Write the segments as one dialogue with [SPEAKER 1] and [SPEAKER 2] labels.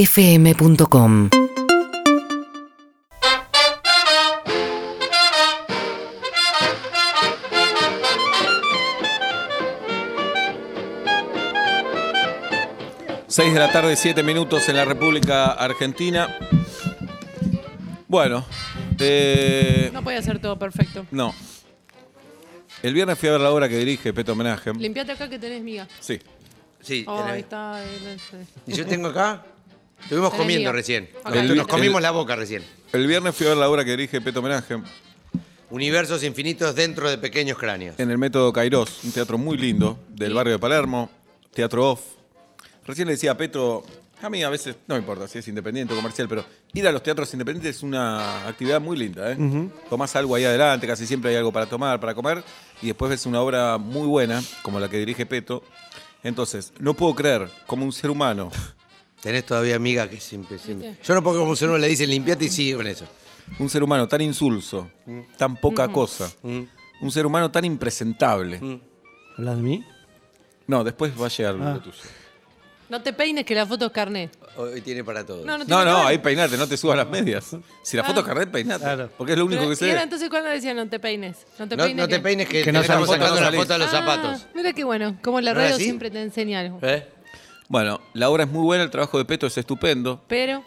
[SPEAKER 1] urbanaplayfm.com
[SPEAKER 2] Seis de la tarde, siete minutos en la República Argentina. Bueno, eh,
[SPEAKER 3] No puede ser todo perfecto.
[SPEAKER 2] no. El viernes fui a ver la obra que dirige Peto Homenaje.
[SPEAKER 3] Limpiate acá que tenés miga.
[SPEAKER 2] Sí.
[SPEAKER 4] Sí,
[SPEAKER 3] Oh,
[SPEAKER 4] tenés-
[SPEAKER 3] ahí está. ahí está.
[SPEAKER 4] y yo tengo acá. Estuvimos
[SPEAKER 3] Tenés
[SPEAKER 4] comiendo
[SPEAKER 3] mío.
[SPEAKER 4] recién.
[SPEAKER 3] Ok.
[SPEAKER 4] Nos-
[SPEAKER 2] El-
[SPEAKER 4] Nos comimos
[SPEAKER 2] el-
[SPEAKER 4] la boca recién.
[SPEAKER 2] El viernes fui a ver la obra que dirige Peto Homenaje
[SPEAKER 4] Universos infinitos dentro de pequeños cráneos.
[SPEAKER 2] en el Método Cairós, un teatro muy lindo del barrio de Palermo, teatro off. Recién le decía a Peto, a mí a veces, no me importa si es independiente o comercial, pero ir a los teatros independientes es una actividad muy linda. ¿eh? Tomás algo ahí adelante, casi siempre hay algo para tomar, para comer, y después ves una obra muy buena, como la que dirige Peto. Entonces, no puedo creer como un ser humano
[SPEAKER 4] Tenés todavía amiga que siempre. siempre- Yo no puedo como si uno le dicen limpiate y sigue con eso.
[SPEAKER 2] Un ser humano tan insulso, tan poca cosa. Un ser humano tan impresentable.
[SPEAKER 5] ¿Hablas de mí?
[SPEAKER 2] No, después va a llegar lo tuyo.
[SPEAKER 3] No te peines que la foto es carnet.
[SPEAKER 4] Hoy tiene para todos.
[SPEAKER 3] No, no
[SPEAKER 2] No,
[SPEAKER 3] tiene que
[SPEAKER 2] no,
[SPEAKER 3] ver.
[SPEAKER 2] ahí peinate, no te subas las medias. Si la foto es carnet, peinate.
[SPEAKER 5] Claro.
[SPEAKER 2] Porque es lo único
[SPEAKER 3] Pero-
[SPEAKER 2] que se
[SPEAKER 3] y era
[SPEAKER 2] ve.
[SPEAKER 3] entonces cuando decían no te peines. No te
[SPEAKER 4] No-
[SPEAKER 3] peines.
[SPEAKER 4] no te
[SPEAKER 3] que-
[SPEAKER 4] peines que,
[SPEAKER 5] Que
[SPEAKER 4] te
[SPEAKER 5] no
[SPEAKER 4] estamos
[SPEAKER 2] salís.
[SPEAKER 4] sacando la
[SPEAKER 2] No
[SPEAKER 4] foto a los
[SPEAKER 3] Ah,
[SPEAKER 4] zapatos.
[SPEAKER 3] Mira qué bueno. Como la
[SPEAKER 4] ¿No era
[SPEAKER 3] radio
[SPEAKER 4] así?
[SPEAKER 3] siempre te enseña algo.
[SPEAKER 4] ¿Eh?
[SPEAKER 2] Bueno, la obra es muy buena, el trabajo de Peto es estupendo.
[SPEAKER 3] Pero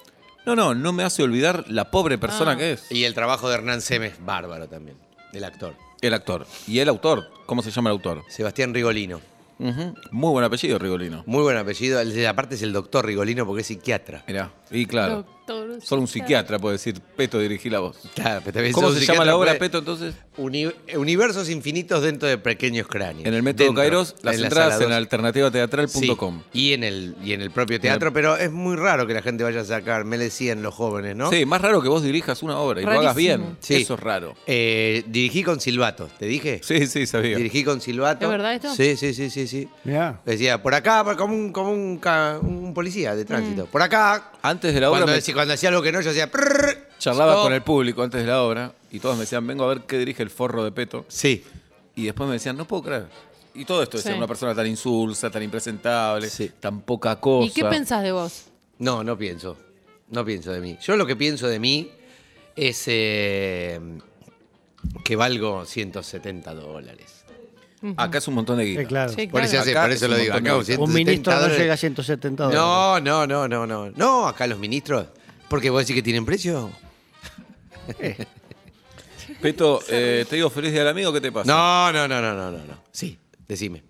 [SPEAKER 2] No, no, no me hace olvidar la pobre persona
[SPEAKER 3] Ah.
[SPEAKER 2] que es.
[SPEAKER 4] Y el trabajo de Hernán Semes, bárbaro también. El actor.
[SPEAKER 2] El actor. Y el autor. ¿Cómo se llama el autor?
[SPEAKER 4] Sebastián Rigolino.
[SPEAKER 2] Ujú. Muy buen apellido, Rigolino.
[SPEAKER 4] Muy buen apellido. El- Aparte es el doctor Rigolino porque es psiquiatra.
[SPEAKER 2] Mirá. Y claro.
[SPEAKER 3] Doctor-
[SPEAKER 2] Solo un psiquiatra puede decir, Peto, dirigí la voz.
[SPEAKER 4] Claro, pero también
[SPEAKER 2] ¿Cómo
[SPEAKER 4] sos
[SPEAKER 2] se llama
[SPEAKER 4] psiquiatra,
[SPEAKER 2] la obra,
[SPEAKER 4] puede-
[SPEAKER 2] Peto, entonces?
[SPEAKER 4] Uni- universos infinitos dentro de pequeños cráneos.
[SPEAKER 2] En el método
[SPEAKER 4] Dentro,
[SPEAKER 2] Kairos, las
[SPEAKER 4] en la
[SPEAKER 2] entradas
[SPEAKER 4] sala
[SPEAKER 2] en
[SPEAKER 4] dos.
[SPEAKER 2] alternativateatral.com.
[SPEAKER 4] Sí, y, en el, y en el propio teatro, pero es muy raro que la gente vaya a sacar, me decían los jóvenes, ¿no?
[SPEAKER 2] Sí, más raro que vos dirijas una obra y lo hagas
[SPEAKER 3] Rarísimo.
[SPEAKER 2] bien.
[SPEAKER 4] Sí.
[SPEAKER 2] Eso es raro.
[SPEAKER 4] Eh, dirigí con silbato, ¿te dije?
[SPEAKER 2] Sí, sí, sabía.
[SPEAKER 4] Dirigí con silbato.
[SPEAKER 3] ¿Es verdad esto?
[SPEAKER 4] Sí, sí, sí, sí, sí.
[SPEAKER 5] Mirá.
[SPEAKER 4] Decía, por acá, por- como un, como un, ca- un policía de
[SPEAKER 3] Mm.
[SPEAKER 4] tránsito. Por acá.
[SPEAKER 2] Antes de la obra
[SPEAKER 4] Cuando,
[SPEAKER 2] me
[SPEAKER 4] decía, cuando hacía algo que no, yo hacía. prrr,
[SPEAKER 2] charlaba
[SPEAKER 4] stop.
[SPEAKER 2] con el público antes de la obra y todos me decían, vengo a ver qué dirige el forro de Peto.
[SPEAKER 4] Sí.
[SPEAKER 2] Y después me decían, no puedo creer. Y todo esto, es
[SPEAKER 3] Sí.
[SPEAKER 2] una persona tan insulsa, tan impresentable,
[SPEAKER 4] Sí.
[SPEAKER 2] tan poca cosa.
[SPEAKER 3] ¿y qué pensás de vos?
[SPEAKER 4] No, no pienso. No pienso de mí. Yo lo que pienso de mí es eh, que valgo 170 dólares.
[SPEAKER 2] Acá es un montón de guita.
[SPEAKER 5] Eh, claro.
[SPEAKER 3] Sí,
[SPEAKER 4] Por eso,
[SPEAKER 3] claro.
[SPEAKER 4] hace-
[SPEAKER 2] Acá
[SPEAKER 4] por
[SPEAKER 2] es
[SPEAKER 4] eso
[SPEAKER 2] un
[SPEAKER 4] lo digo.
[SPEAKER 2] montón
[SPEAKER 4] Acá
[SPEAKER 2] de
[SPEAKER 4] 170
[SPEAKER 5] Un ministro no
[SPEAKER 4] dólares.
[SPEAKER 5] llega a 170 dólares.
[SPEAKER 4] No, no, no, no, no. No, acá los ministros. Porque vos decís que tienen precio.
[SPEAKER 2] Peto, eh, te digo, feliz día del amigo, ¿qué te pasa?
[SPEAKER 4] No, no, no, no, no, no, no. Sí, decime.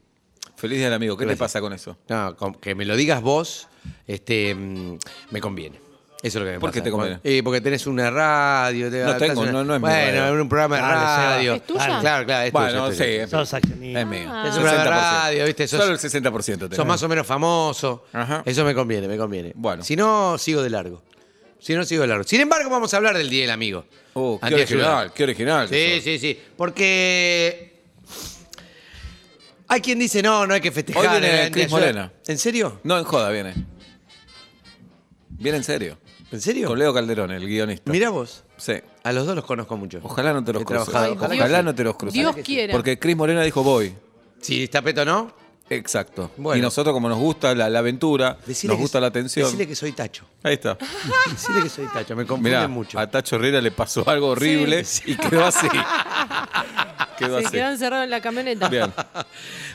[SPEAKER 2] Feliz día del amigo, ¿qué te
[SPEAKER 4] Gracias.
[SPEAKER 2] pasa con eso?
[SPEAKER 4] No, con- que me lo digas vos, este, mm, me conviene. Eso es lo que me
[SPEAKER 2] ¿Por qué
[SPEAKER 4] pasa.
[SPEAKER 2] te conviene?
[SPEAKER 4] Eh, porque tenés una radio. te-
[SPEAKER 2] No
[SPEAKER 4] estás
[SPEAKER 2] tengo,
[SPEAKER 4] una-
[SPEAKER 2] no- no es mi
[SPEAKER 4] Bueno,
[SPEAKER 2] radio.
[SPEAKER 4] un programa de
[SPEAKER 5] Dale, Seba.
[SPEAKER 4] radio.
[SPEAKER 3] ¿Es tuya?
[SPEAKER 4] Claro, claro, es
[SPEAKER 2] bueno,
[SPEAKER 4] tuya, es tuya.
[SPEAKER 2] sí, es mío.
[SPEAKER 5] Sos accionista.
[SPEAKER 2] Es mío.
[SPEAKER 3] Ah.
[SPEAKER 4] Es una
[SPEAKER 2] 60%.
[SPEAKER 4] radio, ¿viste? Sos-
[SPEAKER 2] Solo el 60%. tenés.
[SPEAKER 4] Sos más o menos famoso.
[SPEAKER 2] Ajá.
[SPEAKER 4] Eso me conviene, me conviene.
[SPEAKER 2] Bueno.
[SPEAKER 4] Si no, sigo de largo. Si no, sigo de largo. Sin embargo, vamos a hablar del Día del Amigo.
[SPEAKER 2] Oh, qué
[SPEAKER 4] Uh, Antes de
[SPEAKER 2] original,
[SPEAKER 4] ayudar.
[SPEAKER 2] qué original. que
[SPEAKER 4] Sí,
[SPEAKER 2] sos.
[SPEAKER 4] sí, sí. Porque. Hay quien dice no, no hay que festejar.
[SPEAKER 2] Hoy viene
[SPEAKER 4] hay que
[SPEAKER 2] Cris
[SPEAKER 4] ayudar".
[SPEAKER 2] Morena.
[SPEAKER 4] ¿En serio?
[SPEAKER 2] No, en joda viene. Viene en serio.
[SPEAKER 4] ¿En serio?
[SPEAKER 2] Con Leo Calderón, el guionista.
[SPEAKER 4] Mirá vos.
[SPEAKER 2] Sí.
[SPEAKER 4] A los dos los conozco mucho.
[SPEAKER 2] Ojalá no te los
[SPEAKER 4] He
[SPEAKER 2] cruces.
[SPEAKER 4] trabajado.
[SPEAKER 2] Ojalá,
[SPEAKER 4] Ojalá
[SPEAKER 3] Dios-
[SPEAKER 2] no te los cruces.
[SPEAKER 3] Dios quiera.
[SPEAKER 2] Porque Cris Morena dijo voy.
[SPEAKER 4] Si está peto, ¿no?
[SPEAKER 2] Exacto.
[SPEAKER 4] Bueno.
[SPEAKER 2] Y nosotros, como nos gusta la, la aventura,
[SPEAKER 4] Decile
[SPEAKER 2] nos
[SPEAKER 4] que-
[SPEAKER 2] gusta la atención.
[SPEAKER 4] Decile que soy tacho.
[SPEAKER 2] Ahí está.
[SPEAKER 4] Decile que soy tacho. Me confunden
[SPEAKER 2] Mirá,
[SPEAKER 4] mucho.
[SPEAKER 2] a Tacho Herrera le pasó algo horrible y quedó así. quedó
[SPEAKER 3] Se
[SPEAKER 2] así.
[SPEAKER 3] quedó encerrado en la camioneta.
[SPEAKER 2] Bien.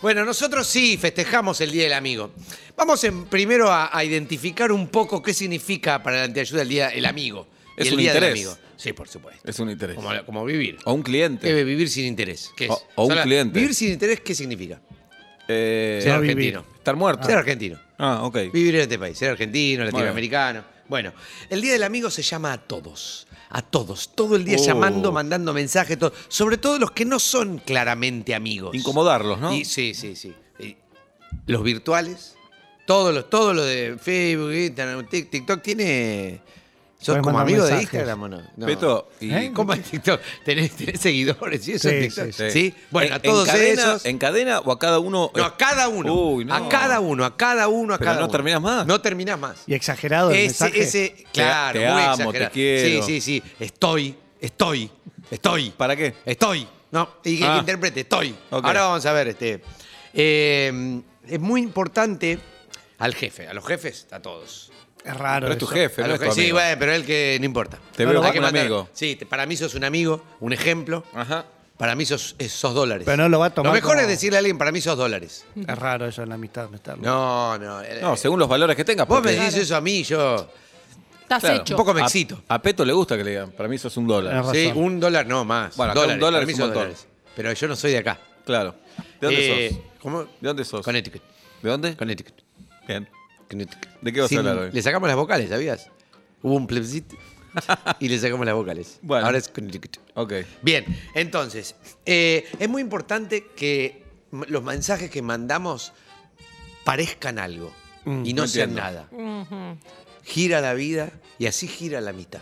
[SPEAKER 4] Bueno, nosotros sí festejamos el Día del Amigo. Vamos en- primero a, a identificar un poco qué significa para la anteayuda el Día el Amigo. y
[SPEAKER 2] Es
[SPEAKER 4] el
[SPEAKER 2] un
[SPEAKER 4] Día del
[SPEAKER 2] interés.
[SPEAKER 4] Amigo. Sí, por supuesto.
[SPEAKER 2] Es un interés.
[SPEAKER 4] Como, la- como vivir.
[SPEAKER 2] O un cliente.
[SPEAKER 4] Debe vivir sin interés. ¿Qué es?
[SPEAKER 2] O- o un
[SPEAKER 4] la-
[SPEAKER 2] cliente.
[SPEAKER 4] Vivir sin interés, ¿qué significa?
[SPEAKER 2] Eh,
[SPEAKER 4] Ser
[SPEAKER 5] no vivir.
[SPEAKER 4] argentino.
[SPEAKER 2] estar muerto.
[SPEAKER 4] Ser argentino.
[SPEAKER 2] Ah, ok.
[SPEAKER 4] Vivir en este país, ser argentino,
[SPEAKER 2] bien.
[SPEAKER 4] latinoamericano. Bueno, el Día del Amigo se llama a todos. A todos. Todo el día
[SPEAKER 2] Oh.
[SPEAKER 4] llamando, mandando mensajes, todo, sobre todo los que no son claramente amigos.
[SPEAKER 2] Incomodarlos, ¿no?
[SPEAKER 4] Y- sí, sí, sí. Y los virtuales, todos los, todo lo de Facebook, Instagram, Tik- TikTok tiene. ¿Son
[SPEAKER 5] Podés
[SPEAKER 4] como
[SPEAKER 5] mandar
[SPEAKER 4] amigos de
[SPEAKER 5] mensajes.
[SPEAKER 4] Instagram o no? No.
[SPEAKER 2] Peto, y-
[SPEAKER 5] ¿Eh?
[SPEAKER 4] ¿Cómo es TikTok? ¿Tenés, tenés seguidores y eso
[SPEAKER 5] Sí,
[SPEAKER 4] en TikTok?
[SPEAKER 2] Sí.
[SPEAKER 4] Sí. Bueno, a
[SPEAKER 2] ¿En-
[SPEAKER 4] todos
[SPEAKER 2] en cadena,
[SPEAKER 4] esos.
[SPEAKER 2] ¿En cadena o a cada uno?
[SPEAKER 4] No, a cada uno.
[SPEAKER 2] Uy, no.
[SPEAKER 4] A cada uno, a cada uno, a
[SPEAKER 2] Pero
[SPEAKER 4] cada
[SPEAKER 2] no
[SPEAKER 4] uno.
[SPEAKER 2] terminás más.
[SPEAKER 4] No terminás más.
[SPEAKER 5] Y exagerado el
[SPEAKER 4] Ese,
[SPEAKER 5] mensaje.
[SPEAKER 4] ese, claro,
[SPEAKER 2] te
[SPEAKER 4] muy
[SPEAKER 2] amo, te
[SPEAKER 4] exagerado.
[SPEAKER 2] quiero.
[SPEAKER 4] Sí, sí, sí. Estoy, estoy, estoy.
[SPEAKER 2] ¿Para qué?
[SPEAKER 4] Estoy. No, y que-
[SPEAKER 2] Ah.
[SPEAKER 4] que interprete, estoy.
[SPEAKER 2] Ok.
[SPEAKER 4] Ahora vamos a ver, este. eh, es muy em, importante Al jefe, a los jefes, a todos.
[SPEAKER 5] Es raro.
[SPEAKER 2] Pero es tu
[SPEAKER 5] eso.
[SPEAKER 2] jefe,
[SPEAKER 4] A
[SPEAKER 2] no
[SPEAKER 4] los
[SPEAKER 2] es tu
[SPEAKER 4] jefes, sí,
[SPEAKER 2] amigo.
[SPEAKER 4] bueno, pero el que no importa.
[SPEAKER 2] Te
[SPEAKER 5] veo
[SPEAKER 4] Hay
[SPEAKER 5] como
[SPEAKER 4] que
[SPEAKER 2] un
[SPEAKER 4] matar-
[SPEAKER 2] amigo.
[SPEAKER 4] Sí, te- para mí sos un amigo, un ejemplo.
[SPEAKER 2] Ajá.
[SPEAKER 4] Para mí sos esos dólares.
[SPEAKER 5] Pero no lo va a tomar
[SPEAKER 4] Lo mejor
[SPEAKER 5] como-
[SPEAKER 4] es decirle a alguien, para mí sos dólares.
[SPEAKER 5] Es raro eso en la amistad. meterlo.
[SPEAKER 4] No, no. eh,
[SPEAKER 2] No, según los valores que tengas.
[SPEAKER 4] Vos me
[SPEAKER 2] porque-
[SPEAKER 4] decís eso a mí, yo.
[SPEAKER 3] Estás
[SPEAKER 2] Claro,
[SPEAKER 3] hecho.
[SPEAKER 4] Un poco me
[SPEAKER 2] A-
[SPEAKER 4] excito.
[SPEAKER 2] A, Peto le gusta que le digan, para mí sos un dólar.
[SPEAKER 5] Tenés
[SPEAKER 4] Sí,
[SPEAKER 5] razón.
[SPEAKER 4] un dólar no más.
[SPEAKER 2] Bueno, acá un
[SPEAKER 4] Dólares,
[SPEAKER 2] dólar
[SPEAKER 4] para mí
[SPEAKER 2] es un
[SPEAKER 4] sos
[SPEAKER 2] montón.
[SPEAKER 4] dólares. Pero yo no soy de acá.
[SPEAKER 2] Claro. ¿De dónde
[SPEAKER 4] Eh, E
[SPEAKER 2] sos?
[SPEAKER 4] ¿Cómo?
[SPEAKER 2] ¿De dónde sos?
[SPEAKER 4] Connecticut.
[SPEAKER 2] ¿De dónde?
[SPEAKER 4] Connecticut.
[SPEAKER 2] Bien.
[SPEAKER 4] Connecticut.
[SPEAKER 2] ¿De qué vas a hablar hoy?
[SPEAKER 4] Le sacamos las vocales, ¿sabías? Hubo un plebiscito y le sacamos las vocales.
[SPEAKER 2] Bueno.
[SPEAKER 4] Ahora es Connecticut.
[SPEAKER 2] Ok.
[SPEAKER 4] Bien, entonces, eh, es muy importante que m- los mensajes que mandamos parezcan algo y no
[SPEAKER 2] no
[SPEAKER 4] sean
[SPEAKER 2] Mm, entiendo.
[SPEAKER 4] nada.
[SPEAKER 3] Ujú.
[SPEAKER 4] Gira la vida y así gira la mitad.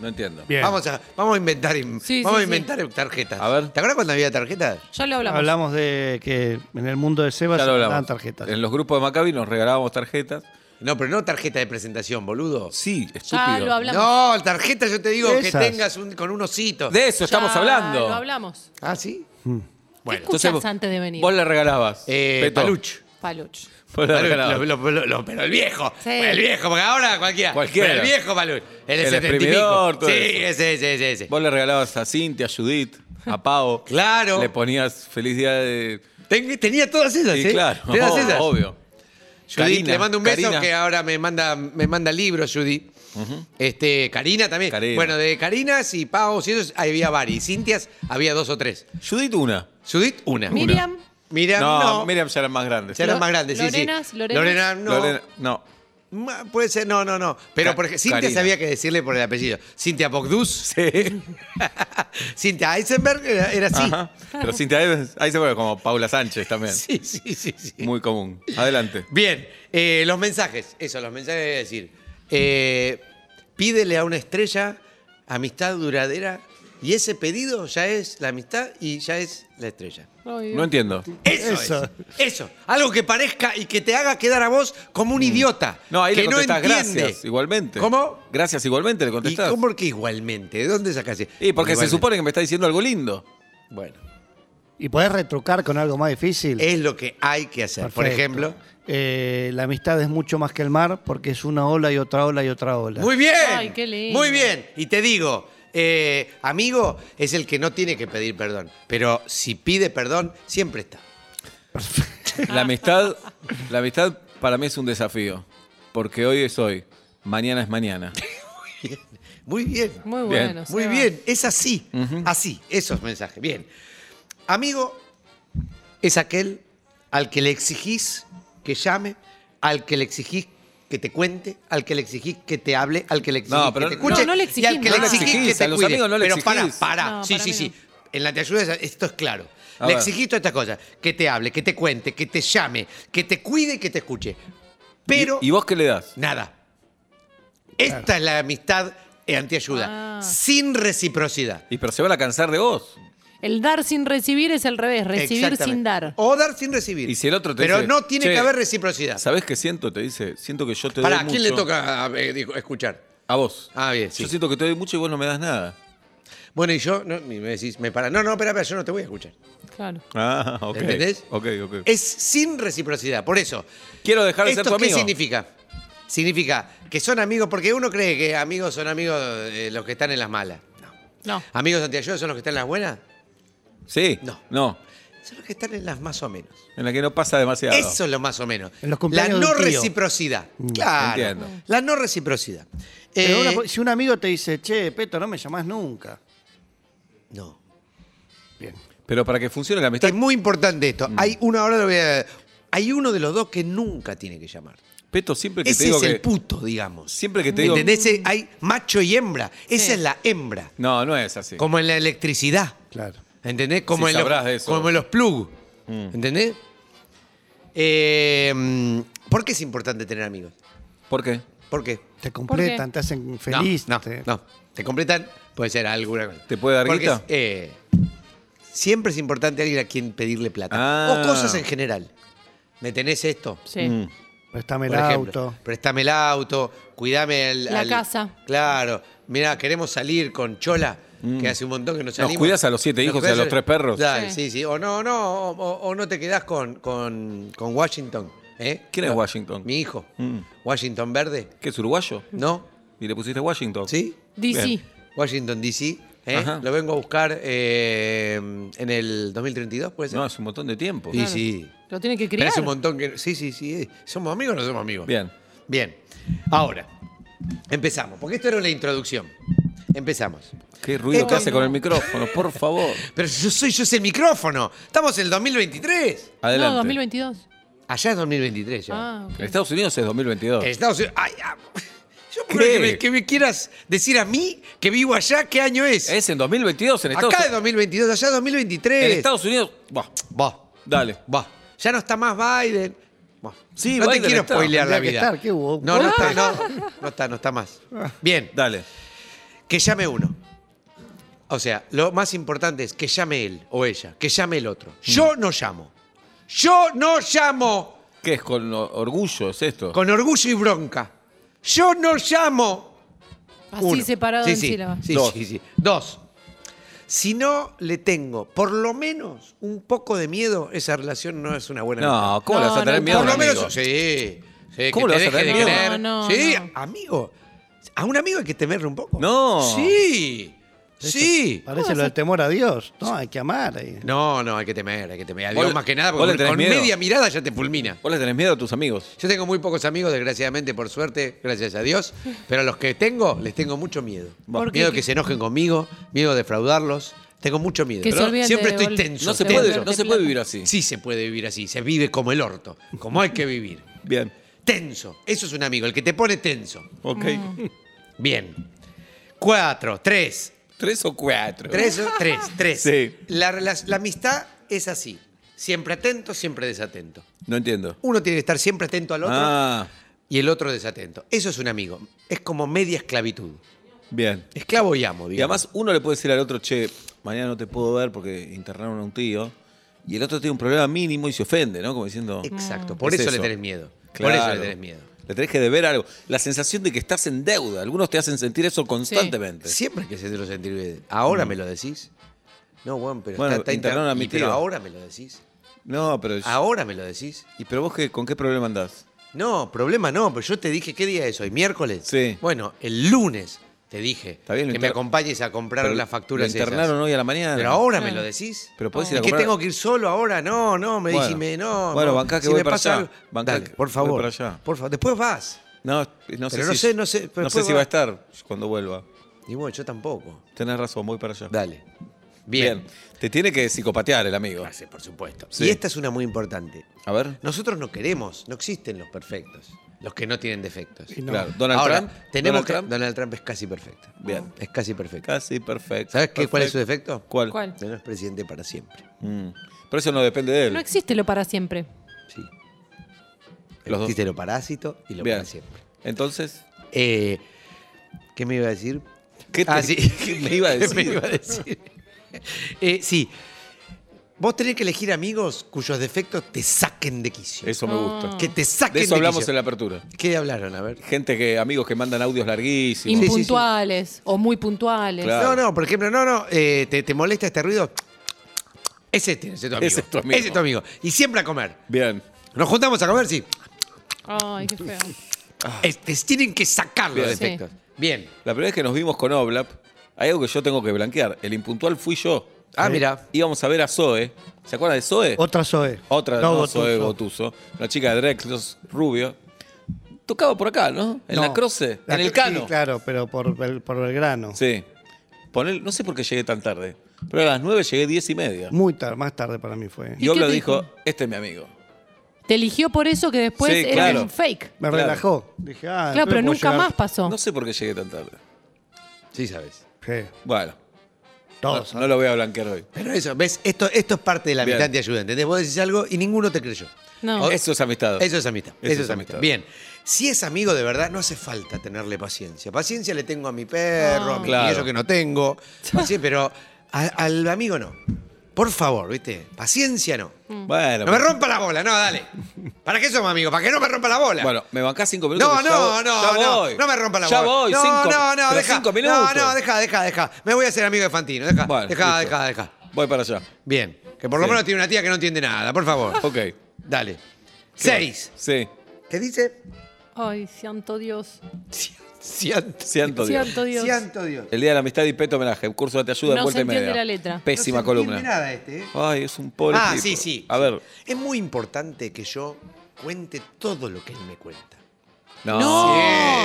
[SPEAKER 2] No entiendo.
[SPEAKER 5] Bien.
[SPEAKER 4] Vamos a, vamos a inventar, im-
[SPEAKER 3] Sí,
[SPEAKER 4] vamos
[SPEAKER 3] sí,
[SPEAKER 4] a inventar tarjetas.
[SPEAKER 2] A ver.
[SPEAKER 4] ¿Te acuerdas cuando había tarjetas?
[SPEAKER 3] Ya lo hablamos.
[SPEAKER 5] Hablamos de que en el mundo de Seba
[SPEAKER 2] Ya
[SPEAKER 5] se
[SPEAKER 2] lo
[SPEAKER 5] dan
[SPEAKER 2] hablamos.
[SPEAKER 5] tarjetas.
[SPEAKER 2] En los grupos de Maccabi nos regalábamos tarjetas.
[SPEAKER 4] No, pero no tarjeta de presentación, boludo.
[SPEAKER 2] Sí, estúpido.
[SPEAKER 3] Ya lo hablamos.
[SPEAKER 4] No, tarjeta yo te digo
[SPEAKER 5] Esas.
[SPEAKER 4] que tengas un- con un osito.
[SPEAKER 2] De eso estamos
[SPEAKER 3] Ya
[SPEAKER 2] hablando.
[SPEAKER 3] Lo hablamos.
[SPEAKER 4] Ah, sí.
[SPEAKER 3] Bueno,
[SPEAKER 4] Bueno,
[SPEAKER 3] escuchás
[SPEAKER 2] vos-
[SPEAKER 3] antes de venir?
[SPEAKER 2] Vos le regalabas.
[SPEAKER 4] eh,
[SPEAKER 2] Peto.
[SPEAKER 4] Paluch.
[SPEAKER 3] Paluch.
[SPEAKER 2] Vos le
[SPEAKER 4] Paluch,
[SPEAKER 2] regalabas.
[SPEAKER 4] lo- lo- lo- lo- pero el viejo.
[SPEAKER 3] Sí.
[SPEAKER 4] El viejo, porque ahora cualquiera.
[SPEAKER 2] Cualquiera.
[SPEAKER 4] Pero el viejo Paluch. El,
[SPEAKER 2] El
[SPEAKER 4] 70 y pico.
[SPEAKER 2] exprimidor, todo
[SPEAKER 4] Sí,
[SPEAKER 2] eso.
[SPEAKER 4] ese, ese, ese, ese.
[SPEAKER 2] Vos le regalabas a Cintia, a Judith, a Pau.
[SPEAKER 4] Claro.
[SPEAKER 2] Le ponías feliz día de.
[SPEAKER 4] Ten- tenía todas esas,
[SPEAKER 2] Sí,
[SPEAKER 4] ¿eh?
[SPEAKER 2] claro.
[SPEAKER 4] Todas esas.
[SPEAKER 2] Obvio.
[SPEAKER 4] Judith,
[SPEAKER 2] Karina,
[SPEAKER 4] le mando un beso
[SPEAKER 2] Karina.
[SPEAKER 4] que ahora me manda, me manda libros, Judy. Este, Karina también.
[SPEAKER 2] Karina.
[SPEAKER 4] Bueno, de Karinas y Pavos y esos había varios. Cintias había dos o tres.
[SPEAKER 2] Judith, una.
[SPEAKER 4] Judith, una.
[SPEAKER 3] Miriam.
[SPEAKER 4] Una. Miriam,
[SPEAKER 2] no,
[SPEAKER 4] no.
[SPEAKER 2] Miriam ya era más grande.
[SPEAKER 4] Ya eran
[SPEAKER 3] Lo-
[SPEAKER 4] más grandes, sí,
[SPEAKER 3] Lorenas,
[SPEAKER 4] sí.
[SPEAKER 3] Lorenas.
[SPEAKER 4] Lorena, no.
[SPEAKER 2] Lorena- no.
[SPEAKER 4] Ma- Puede ser, no, no, no. Pero
[SPEAKER 2] Ca-
[SPEAKER 4] porque Cintia
[SPEAKER 2] Karina.
[SPEAKER 4] sabía que decirle por el apellido. Cintia Bogdus. Cintia Eisenberg era, era así.
[SPEAKER 2] Ajá. Pero Cintia Evans, ahí se fue como Paula Sánchez también.
[SPEAKER 4] Sí, sí, sí, sí.
[SPEAKER 2] Muy común. Adelante.
[SPEAKER 4] Bien, eh, los mensajes. Eso, los mensajes de decir. Eh, pídele a una estrella amistad duradera y ese pedido ya es la amistad y ya es la estrella.
[SPEAKER 3] Ay,
[SPEAKER 2] No entiendo.
[SPEAKER 4] Eso,
[SPEAKER 5] Eso.
[SPEAKER 4] eso. eso. Algo que parezca y que te haga quedar a vos como un idiota.
[SPEAKER 2] Mm. No, ahí
[SPEAKER 4] que
[SPEAKER 2] le contestás
[SPEAKER 4] entiende.
[SPEAKER 2] gracias, igualmente.
[SPEAKER 4] ¿Cómo?
[SPEAKER 2] Gracias, igualmente le
[SPEAKER 4] ¿Y
[SPEAKER 2] contestás.
[SPEAKER 4] cómo por qué igualmente? ¿De dónde sacas eso?
[SPEAKER 2] Y porque se
[SPEAKER 4] Igualmente.
[SPEAKER 2] supone que me está diciendo algo lindo.
[SPEAKER 4] Bueno,
[SPEAKER 5] ¿Y podés retrucar con algo más difícil?
[SPEAKER 4] es lo que hay que hacer. Por
[SPEAKER 5] Perfecto.
[SPEAKER 4] ejemplo.
[SPEAKER 5] Eh, la amistad es mucho más que el mar porque es una ola y otra ola y otra ola.
[SPEAKER 4] Muy bien.
[SPEAKER 3] Ay, qué lindo.
[SPEAKER 4] Muy bien. Y te digo, eh, amigo es el que no tiene que pedir perdón. Pero si pide perdón, siempre está.
[SPEAKER 2] La amistad, la amistad para mí es un desafío. Porque hoy es hoy, mañana es mañana.
[SPEAKER 4] Muy bien.
[SPEAKER 3] Muy
[SPEAKER 2] Bien.
[SPEAKER 3] bueno.
[SPEAKER 4] Muy
[SPEAKER 3] Seba.
[SPEAKER 4] bien. Es así. Así. Esos mensajes. Bien. Amigo es aquel al que le exigís que llame, al que le exigís que te cuente, al que le exigís que te hable, al que le exigís
[SPEAKER 2] No, pero
[SPEAKER 4] que te
[SPEAKER 2] no-
[SPEAKER 4] escuche,
[SPEAKER 3] No, no le
[SPEAKER 4] y
[SPEAKER 3] exigís
[SPEAKER 4] al que le
[SPEAKER 3] nada.
[SPEAKER 4] exigís que
[SPEAKER 2] Exigís,
[SPEAKER 4] te
[SPEAKER 2] a los
[SPEAKER 4] cuide.
[SPEAKER 2] amigos no le
[SPEAKER 4] pero para,
[SPEAKER 2] exigís.
[SPEAKER 4] para,
[SPEAKER 3] No,
[SPEAKER 4] sí,
[SPEAKER 3] para
[SPEAKER 4] sí,
[SPEAKER 3] mí
[SPEAKER 4] sí. En la te ayuda esto es claro.
[SPEAKER 2] A
[SPEAKER 4] le
[SPEAKER 2] ver.
[SPEAKER 4] exigís todas estas cosas, que te hable, que te cuente, que te llame, que te cuide y que te escuche. Pero
[SPEAKER 2] ¿Y, y vos qué le das?
[SPEAKER 4] nada. Esta es la amistad antiayuda,
[SPEAKER 3] Ah.
[SPEAKER 4] sin reciprocidad.
[SPEAKER 2] Y pero se van a cansar de vos.
[SPEAKER 3] El dar sin recibir es al revés. Recibir
[SPEAKER 4] Exactamente. Oh.
[SPEAKER 3] sin dar.
[SPEAKER 4] O dar sin recibir.
[SPEAKER 2] Y si el otro te
[SPEAKER 4] Pero
[SPEAKER 2] dice,
[SPEAKER 4] no tiene
[SPEAKER 2] "Che,
[SPEAKER 4] que haber reciprocidad.
[SPEAKER 2] ¿Sabés qué siento? Te dice, siento que yo te
[SPEAKER 4] Pará,
[SPEAKER 2] doy
[SPEAKER 4] ¿a
[SPEAKER 2] mucho.
[SPEAKER 4] quién le toca a- eh, digo, escuchar?
[SPEAKER 2] A vos.
[SPEAKER 4] Ah, bien, sí.
[SPEAKER 2] Yo siento que te doy mucho y vos no me das nada.
[SPEAKER 4] Bueno, y yo, no, y me decís, me para. No, no, espera, espera, yo no te voy a escuchar.
[SPEAKER 3] Claro.
[SPEAKER 2] Ah, ok.
[SPEAKER 4] ¿Entendés?
[SPEAKER 2] Ok, ok.
[SPEAKER 4] Es sin reciprocidad. Por eso,
[SPEAKER 2] Quiero dejar de
[SPEAKER 4] ¿esto
[SPEAKER 2] ser tu
[SPEAKER 4] qué
[SPEAKER 2] amigo.
[SPEAKER 4] significa? Significa que son amigos, porque uno cree que amigos son amigos eh, los que están en las malas. No.
[SPEAKER 3] No.
[SPEAKER 4] ¿Amigos antiayuda son los que están en las buenas?
[SPEAKER 2] Sí.
[SPEAKER 4] No.
[SPEAKER 2] No.
[SPEAKER 4] Son los que están en las más o menos.
[SPEAKER 2] En la que no pasa demasiado.
[SPEAKER 4] Eso es lo más o menos.
[SPEAKER 5] En los
[SPEAKER 4] la
[SPEAKER 5] cumpleaños de
[SPEAKER 4] no
[SPEAKER 5] un tío. Mm,
[SPEAKER 4] reciprocidad. Claro.
[SPEAKER 2] entiendo.
[SPEAKER 4] La no reciprocidad.
[SPEAKER 5] Pero
[SPEAKER 4] Eh,
[SPEAKER 5] una- si un amigo te dice, che, Peto, no me llamás nunca.
[SPEAKER 4] No.
[SPEAKER 5] Bien.
[SPEAKER 2] Pero para que funcione la amistad.
[SPEAKER 4] Es muy importante esto.
[SPEAKER 2] Mm.
[SPEAKER 4] Hay uno ahora lo voy a- Hay uno de los dos que nunca tiene que llamar.
[SPEAKER 2] Peto, siempre que te
[SPEAKER 4] Ese
[SPEAKER 2] digo
[SPEAKER 4] es
[SPEAKER 2] que.
[SPEAKER 4] el puto, digamos.
[SPEAKER 2] Siempre que te digo.
[SPEAKER 4] ¿Entendés? Ese- Hay macho y hembra.
[SPEAKER 3] Sí.
[SPEAKER 4] Esa es la hembra.
[SPEAKER 2] No, no es así.
[SPEAKER 4] Como en la electricidad.
[SPEAKER 5] Claro.
[SPEAKER 4] ¿Entendés? Como,
[SPEAKER 2] Sí,
[SPEAKER 4] en, los,
[SPEAKER 2] sabrás de eso. Mm.
[SPEAKER 4] como en los plug. ¿Entendés? Eh, ¿Por qué es importante tener amigos?
[SPEAKER 2] ¿Por qué?
[SPEAKER 4] ¿Por qué?
[SPEAKER 5] Te completan, te hacen feliz.
[SPEAKER 4] No,
[SPEAKER 5] te-
[SPEAKER 4] no, no. Te completan, puede ser alguna cosa.
[SPEAKER 2] ¿Te puede dar
[SPEAKER 4] Porque
[SPEAKER 2] guita?
[SPEAKER 4] es, eh, siempre es importante alguien a quien pedirle plata.
[SPEAKER 2] Ah.
[SPEAKER 4] O cosas en general. ¿Me tenés esto?
[SPEAKER 3] Sí.
[SPEAKER 2] Mm.
[SPEAKER 5] Préstame el
[SPEAKER 4] Por ejemplo,
[SPEAKER 5] auto.
[SPEAKER 4] Préstame el auto, cuidame el,
[SPEAKER 3] La
[SPEAKER 4] al-
[SPEAKER 3] casa.
[SPEAKER 4] Claro. Mirá, queremos salir con Chola, que hace un montón que no salimos.
[SPEAKER 2] Mm. cuidás a los siete hijos y a
[SPEAKER 4] cuidás
[SPEAKER 2] los tres perros.
[SPEAKER 4] Dale,
[SPEAKER 3] Sí.
[SPEAKER 4] sí, sí. O no, no, o, o- o no te quedás con, con- con Washington. ¿eh?
[SPEAKER 2] ¿Quién es Washington?
[SPEAKER 4] Mi hijo.
[SPEAKER 2] Mm.
[SPEAKER 4] Washington Verde.
[SPEAKER 2] ¿Qué es uruguayo?
[SPEAKER 4] ¿No?
[SPEAKER 2] ¿Y le pusiste
[SPEAKER 3] Mm.
[SPEAKER 2] Washington?
[SPEAKER 4] ¿Sí?
[SPEAKER 3] DC.
[SPEAKER 2] Bien.
[SPEAKER 4] Washington DC. ¿eh?
[SPEAKER 2] Ajá.
[SPEAKER 4] Lo vengo a buscar eh, en el 2032, puede ser.
[SPEAKER 2] No, hace un montón de tiempo.
[SPEAKER 4] y sí.
[SPEAKER 3] Lo tiene que
[SPEAKER 4] Pero
[SPEAKER 3] criar.
[SPEAKER 4] hace un montón que. Sí, sí, sí. eh. ¿Somos amigos o no somos amigos?
[SPEAKER 2] Bien.
[SPEAKER 4] Bien. Ahora, empezamos. Porque esto era una introducción. Empezamos.
[SPEAKER 2] Qué ruido
[SPEAKER 4] Esto-
[SPEAKER 2] que hace con el micrófono, por favor.
[SPEAKER 4] Pero yo soy yo es el micrófono. Estamos en el 2023.
[SPEAKER 2] Adelante.
[SPEAKER 3] No, 2022.
[SPEAKER 4] Allá es 2023 ya.
[SPEAKER 3] Ah, ok.
[SPEAKER 2] En Estados Unidos es 2022.
[SPEAKER 4] Estados Unidos. Ay, ah, yo
[SPEAKER 2] ¿Qué?
[SPEAKER 4] creo que me, que me quieras decir a mí que vivo allá qué año es.
[SPEAKER 2] Es en 2022 en Estados
[SPEAKER 4] Acá es
[SPEAKER 2] Unidos.
[SPEAKER 4] 2022, allá es 2023.
[SPEAKER 2] En Estados Unidos. Buah,
[SPEAKER 4] Va,
[SPEAKER 2] dale.
[SPEAKER 4] va. Ya no está más Biden. Va.
[SPEAKER 2] Sí,
[SPEAKER 4] no
[SPEAKER 2] Biden
[SPEAKER 4] te quiero
[SPEAKER 2] está.
[SPEAKER 4] spoilear la
[SPEAKER 5] Tendría que
[SPEAKER 4] vida.
[SPEAKER 5] estar, qué bobo.
[SPEAKER 4] no, no está, no, no está, no está más.
[SPEAKER 2] Ah.
[SPEAKER 4] Bien,
[SPEAKER 2] Dale.
[SPEAKER 4] que llame uno. O sea, lo más importante es que llame él o ella, que llame el
[SPEAKER 2] Mm.
[SPEAKER 4] otro. Yo no llamo. Yo no llamo
[SPEAKER 2] ¿Qué es con o- orgullo? ¿Es esto?
[SPEAKER 4] con orgullo y bronca. Yo no llamo.
[SPEAKER 3] Así
[SPEAKER 4] Uno.
[SPEAKER 3] separado
[SPEAKER 4] Sí,
[SPEAKER 3] en
[SPEAKER 4] sí,
[SPEAKER 3] sílabas.
[SPEAKER 4] sí,
[SPEAKER 2] Dos.
[SPEAKER 4] sí, sí. Dos. Si no le tengo por lo menos un poco de miedo, esa relación no es una buena amistad.
[SPEAKER 2] No, ¿cómo le vas a
[SPEAKER 3] No,
[SPEAKER 2] tener
[SPEAKER 3] no,
[SPEAKER 2] miedo a un
[SPEAKER 4] por lo
[SPEAKER 2] amigo?
[SPEAKER 4] menos. Sí. sí
[SPEAKER 2] ¿Cómo
[SPEAKER 4] que
[SPEAKER 2] le
[SPEAKER 4] te
[SPEAKER 2] vas a tener
[SPEAKER 4] deje de
[SPEAKER 2] miedo?
[SPEAKER 4] querer.
[SPEAKER 3] No, no,
[SPEAKER 4] sí,
[SPEAKER 3] no.
[SPEAKER 4] amigo. A un amigo hay que temerle un poco.
[SPEAKER 2] No.
[SPEAKER 4] Sí. Sí.
[SPEAKER 5] Parece lo del temor a Dios. No, hay que amar. eh.
[SPEAKER 4] No, no, hay que temer, hay que temer. A
[SPEAKER 2] ¿Vos
[SPEAKER 4] Dios
[SPEAKER 2] le-
[SPEAKER 4] más que nada,
[SPEAKER 2] vos le
[SPEAKER 4] porque con,
[SPEAKER 2] tenés
[SPEAKER 4] con
[SPEAKER 2] miedo?
[SPEAKER 4] media mirada ya te fulmina.
[SPEAKER 2] ¿Vos le tenés miedo a tus amigos?
[SPEAKER 4] Yo tengo muy pocos amigos, desgraciadamente, por suerte, gracias a Dios. Pero a los que tengo, les tengo mucho miedo.
[SPEAKER 3] ¿Por qué?
[SPEAKER 4] Miedo que se enojen conmigo, miedo de defraudarlos. Tengo mucho miedo.
[SPEAKER 3] Que se
[SPEAKER 4] Pero
[SPEAKER 3] olviden
[SPEAKER 4] siempre
[SPEAKER 3] de
[SPEAKER 4] estoy
[SPEAKER 3] vol-
[SPEAKER 4] tenso.
[SPEAKER 2] No se
[SPEAKER 3] tengo
[SPEAKER 2] puede,
[SPEAKER 3] miedo.
[SPEAKER 2] no se puede vivir así.
[SPEAKER 4] Sí se puede vivir así. Se vive como el orto, como hay que vivir.
[SPEAKER 2] Bien.
[SPEAKER 4] Tenso. Eso es un amigo, el que te pone tenso.
[SPEAKER 2] Ok.
[SPEAKER 4] Mm. Bien. Cuatro, tres,
[SPEAKER 2] ¿Tres o cuatro?
[SPEAKER 4] Tres, tres, tres.
[SPEAKER 2] Sí.
[SPEAKER 4] La, rela- la amistad es así. Siempre atento, siempre desatento.
[SPEAKER 2] No entiendo.
[SPEAKER 4] Uno tiene que estar siempre atento al otro
[SPEAKER 2] Ah,
[SPEAKER 4] y el otro desatento. Eso es un amigo. Es como media esclavitud.
[SPEAKER 2] bien.
[SPEAKER 4] Esclavo y amo,
[SPEAKER 2] Y
[SPEAKER 4] digamos.
[SPEAKER 2] además uno le puede decir al otro, che, mañana no te puedo ver porque internaron a un tío. Y el otro tiene un problema mínimo y se ofende, ¿no? Como diciendo.
[SPEAKER 4] Exacto. Por
[SPEAKER 2] Es
[SPEAKER 4] eso, le
[SPEAKER 2] eso.
[SPEAKER 4] tenés miedo.
[SPEAKER 2] Claro.
[SPEAKER 4] Por eso le tenés miedo.
[SPEAKER 2] Le tenés que deber algo. La sensación de que estás en deuda. Algunos te hacen sentir eso constantemente.
[SPEAKER 4] Siempre que se te lo sentir bien. Ahora me lo decís. No, bueno, pero
[SPEAKER 2] Mm. Bueno,
[SPEAKER 4] está, está
[SPEAKER 2] internaron a mi
[SPEAKER 4] y, pero
[SPEAKER 2] tío.
[SPEAKER 4] ahora me lo decís.
[SPEAKER 2] No, pero.
[SPEAKER 4] Ahora me lo decís.
[SPEAKER 2] ¿Y pero vos qué, con qué problema andás?
[SPEAKER 4] No, problema no, pero yo te dije, ¿qué día es hoy? ¿Miércoles?
[SPEAKER 2] Sí.
[SPEAKER 4] Bueno, el lunes te
[SPEAKER 2] bien,
[SPEAKER 4] dije
[SPEAKER 2] lo
[SPEAKER 4] que
[SPEAKER 2] inter-
[SPEAKER 4] me acompañes a comprar
[SPEAKER 2] Pero
[SPEAKER 4] las
[SPEAKER 2] lo
[SPEAKER 4] facturas
[SPEAKER 2] internaron
[SPEAKER 4] esas.
[SPEAKER 2] hoy a la mañana.
[SPEAKER 4] Pero ahora me
[SPEAKER 3] Ah.
[SPEAKER 4] lo decís.
[SPEAKER 2] Pero podés
[SPEAKER 4] ¿Y
[SPEAKER 2] ir a
[SPEAKER 4] que
[SPEAKER 2] comprar-
[SPEAKER 4] tengo que ir solo ahora? No, no, me
[SPEAKER 2] Bueno.
[SPEAKER 4] dijiste, no.
[SPEAKER 2] Bueno,
[SPEAKER 4] no.
[SPEAKER 2] bancá que
[SPEAKER 4] Si
[SPEAKER 2] voy
[SPEAKER 4] me
[SPEAKER 2] para
[SPEAKER 4] pasa
[SPEAKER 2] allá.
[SPEAKER 4] algo-
[SPEAKER 2] Bancá
[SPEAKER 4] Dale,
[SPEAKER 2] que
[SPEAKER 4] por
[SPEAKER 2] voy
[SPEAKER 4] favor.
[SPEAKER 2] para allá.
[SPEAKER 4] Por favor, después vas.
[SPEAKER 2] No, no sé
[SPEAKER 4] Pero
[SPEAKER 2] si,
[SPEAKER 4] no sé, no sé, pero
[SPEAKER 2] no sé
[SPEAKER 4] después
[SPEAKER 2] si va
[SPEAKER 4] va-
[SPEAKER 2] a estar cuando vuelva.
[SPEAKER 4] Y bueno, yo tampoco.
[SPEAKER 2] Tenés razón, voy para allá.
[SPEAKER 4] Dale. Bien.
[SPEAKER 2] Te tiene que psicopatear el amigo.
[SPEAKER 4] Pase, por supuesto.
[SPEAKER 2] Sí.
[SPEAKER 4] Y esta es una muy importante.
[SPEAKER 2] A ver.
[SPEAKER 4] Nosotros no queremos, no existen los perfectos, los que no tienen defectos.
[SPEAKER 5] No.
[SPEAKER 2] Claro. Donald
[SPEAKER 4] Ahora,
[SPEAKER 2] Trump.
[SPEAKER 4] Tenemos
[SPEAKER 2] Donald
[SPEAKER 4] que-
[SPEAKER 2] Trump.
[SPEAKER 4] Donald Trump es casi perfecto.
[SPEAKER 2] Bien.
[SPEAKER 4] Es casi perfecto.
[SPEAKER 2] Casi perfecto.
[SPEAKER 4] ¿Sabes qué, cuál es su
[SPEAKER 2] Perfecto.
[SPEAKER 4] defecto?
[SPEAKER 2] ¿Cuál?
[SPEAKER 3] ¿Cuál?
[SPEAKER 4] Que No es presidente para siempre.
[SPEAKER 2] Mm. Pero eso no depende de él.
[SPEAKER 3] No existe lo para siempre.
[SPEAKER 4] Sí.
[SPEAKER 2] Los dos.
[SPEAKER 4] Existe lo parásito y lo
[SPEAKER 2] Bien.
[SPEAKER 4] para siempre.
[SPEAKER 2] Entonces,
[SPEAKER 4] Eh, ¿Qué me iba a decir?
[SPEAKER 2] ¿qué, te-
[SPEAKER 4] Ah, sí.
[SPEAKER 2] qué me iba a
[SPEAKER 4] ¿Qué me
[SPEAKER 2] decir?
[SPEAKER 4] iba a decir? Eh, sí. Vos tenés que elegir amigos cuyos defectos te saquen de quicio.
[SPEAKER 2] Eso me gusta.
[SPEAKER 3] Ah.
[SPEAKER 4] Que te saquen
[SPEAKER 2] De eso hablamos
[SPEAKER 4] quicio.
[SPEAKER 2] en la apertura.
[SPEAKER 4] ¿Qué hablaron? A ver.
[SPEAKER 2] Gente que, amigos que mandan audios larguísimos.
[SPEAKER 4] sí, sí.
[SPEAKER 3] Impuntuales o muy puntuales.
[SPEAKER 2] Claro.
[SPEAKER 4] No, no, por ejemplo, no, no, eh, te, te molesta este ruido. Ese tiene que ser tu amigo.
[SPEAKER 2] Ese es tu amigo.
[SPEAKER 4] Ese es tu amigo. Y siempre a comer.
[SPEAKER 2] Bien.
[SPEAKER 4] Nos juntamos a comer, sí.
[SPEAKER 3] Ay, qué feo.
[SPEAKER 4] Este, tienen que sacar los
[SPEAKER 2] Ah. Bien.
[SPEAKER 4] defectos. Bien.
[SPEAKER 2] La primera vez que nos vimos con Oblap, hay algo que yo tengo que blanquear. El impuntual fui yo.
[SPEAKER 4] Ah, mira.
[SPEAKER 2] Íbamos a ver a Zoe. ¿Se acuerdan de Zoe?
[SPEAKER 5] Otra Zoe.
[SPEAKER 2] Otra, no, Zoe
[SPEAKER 5] Gotuso.
[SPEAKER 2] Gotuso. Una chica de Drexlos, rubio. Tocaba por acá, ¿no? En
[SPEAKER 5] No.
[SPEAKER 2] la croce,
[SPEAKER 5] La-
[SPEAKER 2] en el
[SPEAKER 5] sí,
[SPEAKER 2] cano.
[SPEAKER 5] claro, pero por, Bel- por Belgrano.
[SPEAKER 2] Sí. Ponel- no sé por qué llegué tan tarde, pero a las 9 llegué 10 y media.
[SPEAKER 5] Muy tarde, más tarde para mí fue.
[SPEAKER 2] Y,
[SPEAKER 3] ¿Y qué
[SPEAKER 2] Obla
[SPEAKER 3] te
[SPEAKER 2] dijo,
[SPEAKER 3] dijo?
[SPEAKER 2] este es mi amigo.
[SPEAKER 3] Te eligió por eso que después
[SPEAKER 2] Sí,
[SPEAKER 3] era
[SPEAKER 2] claro.
[SPEAKER 3] un fake.
[SPEAKER 4] Ah,
[SPEAKER 5] Me
[SPEAKER 2] Claro.
[SPEAKER 5] relajó. Dije, ah,
[SPEAKER 3] Claro, pero
[SPEAKER 5] entonces
[SPEAKER 3] nunca
[SPEAKER 5] puedo
[SPEAKER 3] más pasó.
[SPEAKER 2] No sé por qué llegué tan tarde.
[SPEAKER 4] Sí, sabes.
[SPEAKER 5] llegar- Sí,
[SPEAKER 2] Bueno, no,
[SPEAKER 5] todos.
[SPEAKER 2] no lo voy a blanquear hoy.
[SPEAKER 4] Pero eso, ¿ves? Esto, esto es parte de la
[SPEAKER 2] Bien.
[SPEAKER 4] amistad te ayuda, ¿entendés? Vos decís algo y ninguno te creyó.
[SPEAKER 3] No.
[SPEAKER 4] O-
[SPEAKER 2] Eso es amistad.
[SPEAKER 4] Eso es amistad. Eso, es amistad.
[SPEAKER 2] amistad.
[SPEAKER 4] Bien. Si es amigo de verdad, no hace falta tenerle paciencia. Paciencia le tengo a mi perro, a mi
[SPEAKER 2] Claro.
[SPEAKER 4] nieto que no tengo. Paciencia, pero a- al amigo no. Por favor, ¿viste? Paciencia no.
[SPEAKER 2] Bueno,
[SPEAKER 4] No me rompa la bola, no, dale. ¿Para qué somos amigos? ¿Para que no me rompa la bola?
[SPEAKER 2] bueno, me bancás 5 minutos.
[SPEAKER 4] no,
[SPEAKER 2] que ya
[SPEAKER 4] no,
[SPEAKER 2] voy-
[SPEAKER 4] no,
[SPEAKER 2] ya
[SPEAKER 4] no,
[SPEAKER 2] voy.
[SPEAKER 4] no me rompa la
[SPEAKER 2] Ya
[SPEAKER 4] bola.
[SPEAKER 2] voy,
[SPEAKER 4] no,
[SPEAKER 2] cinco,
[SPEAKER 4] no, no,
[SPEAKER 2] pero
[SPEAKER 4] deja.
[SPEAKER 2] cinco minutos.
[SPEAKER 4] No, no, deja, deja, deja. Me voy a hacer amigo de Fantino, deja,
[SPEAKER 2] Bueno, listo.
[SPEAKER 4] deja, deja, deja.
[SPEAKER 2] Voy para allá.
[SPEAKER 4] Bien, que por lo
[SPEAKER 2] Sí.
[SPEAKER 4] menos tiene una tía que no entiende nada, por favor.
[SPEAKER 2] Ok.
[SPEAKER 4] Dale. Seis.
[SPEAKER 2] Sí.
[SPEAKER 4] ¿Qué dice?
[SPEAKER 3] Ay, santo Dios.
[SPEAKER 4] Ciento.
[SPEAKER 2] Siento Dios.
[SPEAKER 3] Santo Dios.
[SPEAKER 4] Ciento Dios.
[SPEAKER 2] El día de la amistad y peto homenaje. Curso de te ayuda
[SPEAKER 3] No
[SPEAKER 2] en vuelta
[SPEAKER 3] se
[SPEAKER 2] y media.
[SPEAKER 3] entiende la letra.
[SPEAKER 2] Pésima
[SPEAKER 4] no se
[SPEAKER 2] columna.
[SPEAKER 4] entiende nada este, ¿eh?
[SPEAKER 2] Ay, es un pobre.
[SPEAKER 4] Ah,
[SPEAKER 2] tipo.
[SPEAKER 4] sí, sí.
[SPEAKER 2] A ver.
[SPEAKER 4] Es muy importante que yo cuente todo lo que él me cuenta.
[SPEAKER 2] No.
[SPEAKER 3] No.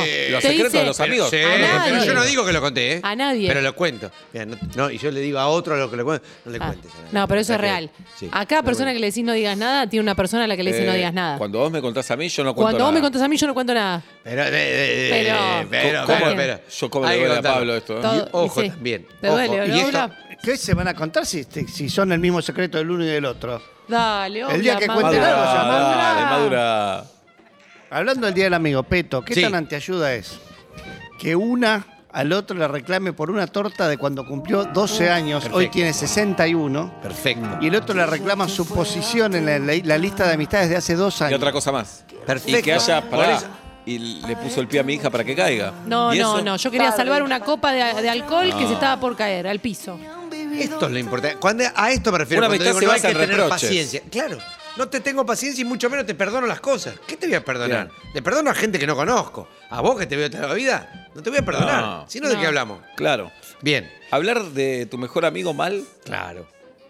[SPEAKER 4] Sí.
[SPEAKER 2] Los
[SPEAKER 3] Te
[SPEAKER 2] secretos
[SPEAKER 3] dice-
[SPEAKER 2] de los amigos.
[SPEAKER 4] Sí,
[SPEAKER 3] A nadie.
[SPEAKER 4] pero yo no digo que lo conté, ¿eh?
[SPEAKER 3] A nadie.
[SPEAKER 4] Pero lo cuento. Mira, no, no, y yo le digo a otro lo que lo cuento. No le
[SPEAKER 3] Ah,
[SPEAKER 4] cuentes. a nadie.
[SPEAKER 3] No, pero eso es
[SPEAKER 4] Porque-
[SPEAKER 3] real.
[SPEAKER 4] sí.
[SPEAKER 3] A cada persona que le decís no digas nada, tiene una persona a la que le decís no
[SPEAKER 2] Eh,
[SPEAKER 3] digas nada.
[SPEAKER 2] Cuando vos me contás a mí, yo no cuento
[SPEAKER 3] Cuando vos
[SPEAKER 2] nada.
[SPEAKER 3] me contás a mí, yo no cuento nada.
[SPEAKER 4] Pero, eh, eh,
[SPEAKER 3] Pero-
[SPEAKER 4] eh, pero,
[SPEAKER 2] ¿Cómo?
[SPEAKER 4] pero, pero.
[SPEAKER 2] Yo como
[SPEAKER 4] Hay
[SPEAKER 2] le
[SPEAKER 4] que
[SPEAKER 2] duele a
[SPEAKER 4] contarlo.
[SPEAKER 2] Pablo esto, ¿eh?
[SPEAKER 3] Todo-
[SPEAKER 4] ojo
[SPEAKER 3] sí.
[SPEAKER 4] también.
[SPEAKER 3] Te
[SPEAKER 4] ojo.
[SPEAKER 3] duele,
[SPEAKER 4] y
[SPEAKER 3] ¿no?
[SPEAKER 4] esto,
[SPEAKER 3] Hola.
[SPEAKER 5] ¿Qué se van a contar si, te- si son el mismo secreto del uno y del otro?
[SPEAKER 3] Dale, hola,
[SPEAKER 5] día que
[SPEAKER 3] madura,
[SPEAKER 5] cuente algo, se llama.
[SPEAKER 2] madura,
[SPEAKER 3] madura.
[SPEAKER 2] madura.
[SPEAKER 5] Hablando del Día del Amigo, Peto, ¿qué
[SPEAKER 4] Sí.
[SPEAKER 5] tan anteayuda es? Que una al otro le reclame por una torta de cuando cumplió 12 años, hoy
[SPEAKER 4] Perfecto.
[SPEAKER 5] tiene 61,
[SPEAKER 4] Perfecto.
[SPEAKER 5] y el otro le reclama su posición en la, la- la lista de amistades de hace dos años.
[SPEAKER 2] Y otra cosa más.
[SPEAKER 4] Perfecto.
[SPEAKER 2] Y que haya
[SPEAKER 4] Por
[SPEAKER 2] pará,
[SPEAKER 4] eso-
[SPEAKER 2] Y le puso el pie a mi hija para que caiga.
[SPEAKER 3] No,
[SPEAKER 2] ¿Y
[SPEAKER 3] no,
[SPEAKER 2] eso?
[SPEAKER 3] no. Yo quería salvar una copa de, de alcohol que se estaba por caer al piso.
[SPEAKER 4] Esto es lo importante. Cuando, a esto me refiero.
[SPEAKER 2] Una
[SPEAKER 4] cuando
[SPEAKER 2] amistad
[SPEAKER 4] digo,
[SPEAKER 2] se
[SPEAKER 4] no hay
[SPEAKER 2] basa
[SPEAKER 4] que
[SPEAKER 2] en
[SPEAKER 4] tener
[SPEAKER 2] reproches.
[SPEAKER 4] paciencia. Claro. No te tengo paciencia y mucho menos te perdono las cosas. ¿Qué te voy a perdonar?
[SPEAKER 2] Bien.
[SPEAKER 4] Le perdono a gente que no conozco. A vos que te veo toda la vida. No te voy a perdonar.
[SPEAKER 2] No.
[SPEAKER 4] Si no, ¿de
[SPEAKER 3] No.
[SPEAKER 4] qué hablamos?
[SPEAKER 2] Claro.
[SPEAKER 4] Bien.
[SPEAKER 2] Hablar de tu mejor amigo mal
[SPEAKER 4] Claro.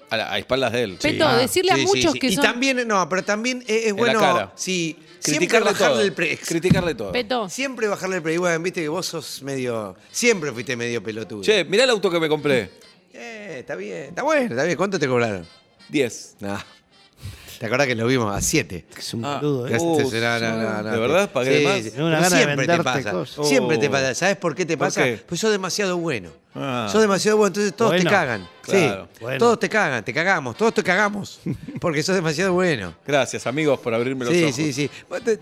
[SPEAKER 2] a, la- a espaldas de él.
[SPEAKER 3] Peto,
[SPEAKER 4] Ah,
[SPEAKER 3] decirle a
[SPEAKER 4] sí, sí,
[SPEAKER 3] muchos
[SPEAKER 4] sí.
[SPEAKER 3] que
[SPEAKER 4] y
[SPEAKER 3] son.
[SPEAKER 4] también, no, pero también es, es
[SPEAKER 2] la
[SPEAKER 4] bueno.
[SPEAKER 2] cara.
[SPEAKER 4] Sí. Siempre
[SPEAKER 2] Criticarle todo.
[SPEAKER 4] bajarle el pre-
[SPEAKER 2] Criticarle todo.
[SPEAKER 3] Peto,
[SPEAKER 4] Siempre bajarle el pre. Igual, viste que vos sos medio. Siempre fuiste medio pelotudo.
[SPEAKER 2] Che, mirá el auto que me compré.
[SPEAKER 4] Eh, está bien. Está bueno, está bien. ¿Cuánto te cobraron?
[SPEAKER 2] 10.
[SPEAKER 4] No. ¿Te acordás que lo vimos a 7?
[SPEAKER 5] Es un
[SPEAKER 2] Ah.
[SPEAKER 5] boludo, ¿eh?
[SPEAKER 2] Uh, ¿de verdad? ¿Pagué de más?
[SPEAKER 5] Tengo una gana de
[SPEAKER 4] siempre te
[SPEAKER 5] venderte
[SPEAKER 4] pasa.
[SPEAKER 5] cosas.
[SPEAKER 4] Siempre te
[SPEAKER 2] Oh.
[SPEAKER 4] pasa. ¿Sabes por qué te
[SPEAKER 2] ¿Por
[SPEAKER 4] pasa?
[SPEAKER 2] qué?
[SPEAKER 4] Pues sos demasiado bueno.
[SPEAKER 2] Ah.
[SPEAKER 4] Sos demasiado bueno, entonces todos
[SPEAKER 5] Bueno.
[SPEAKER 4] te cagan.
[SPEAKER 2] Claro.
[SPEAKER 4] sí.
[SPEAKER 5] Bueno.
[SPEAKER 4] Todos te cagan, te cagamos, todos te cagamos. Porque sos demasiado bueno.
[SPEAKER 2] Gracias, amigos, por abrirme los
[SPEAKER 4] sí,
[SPEAKER 2] ojos.
[SPEAKER 4] sí, sí. Vos te-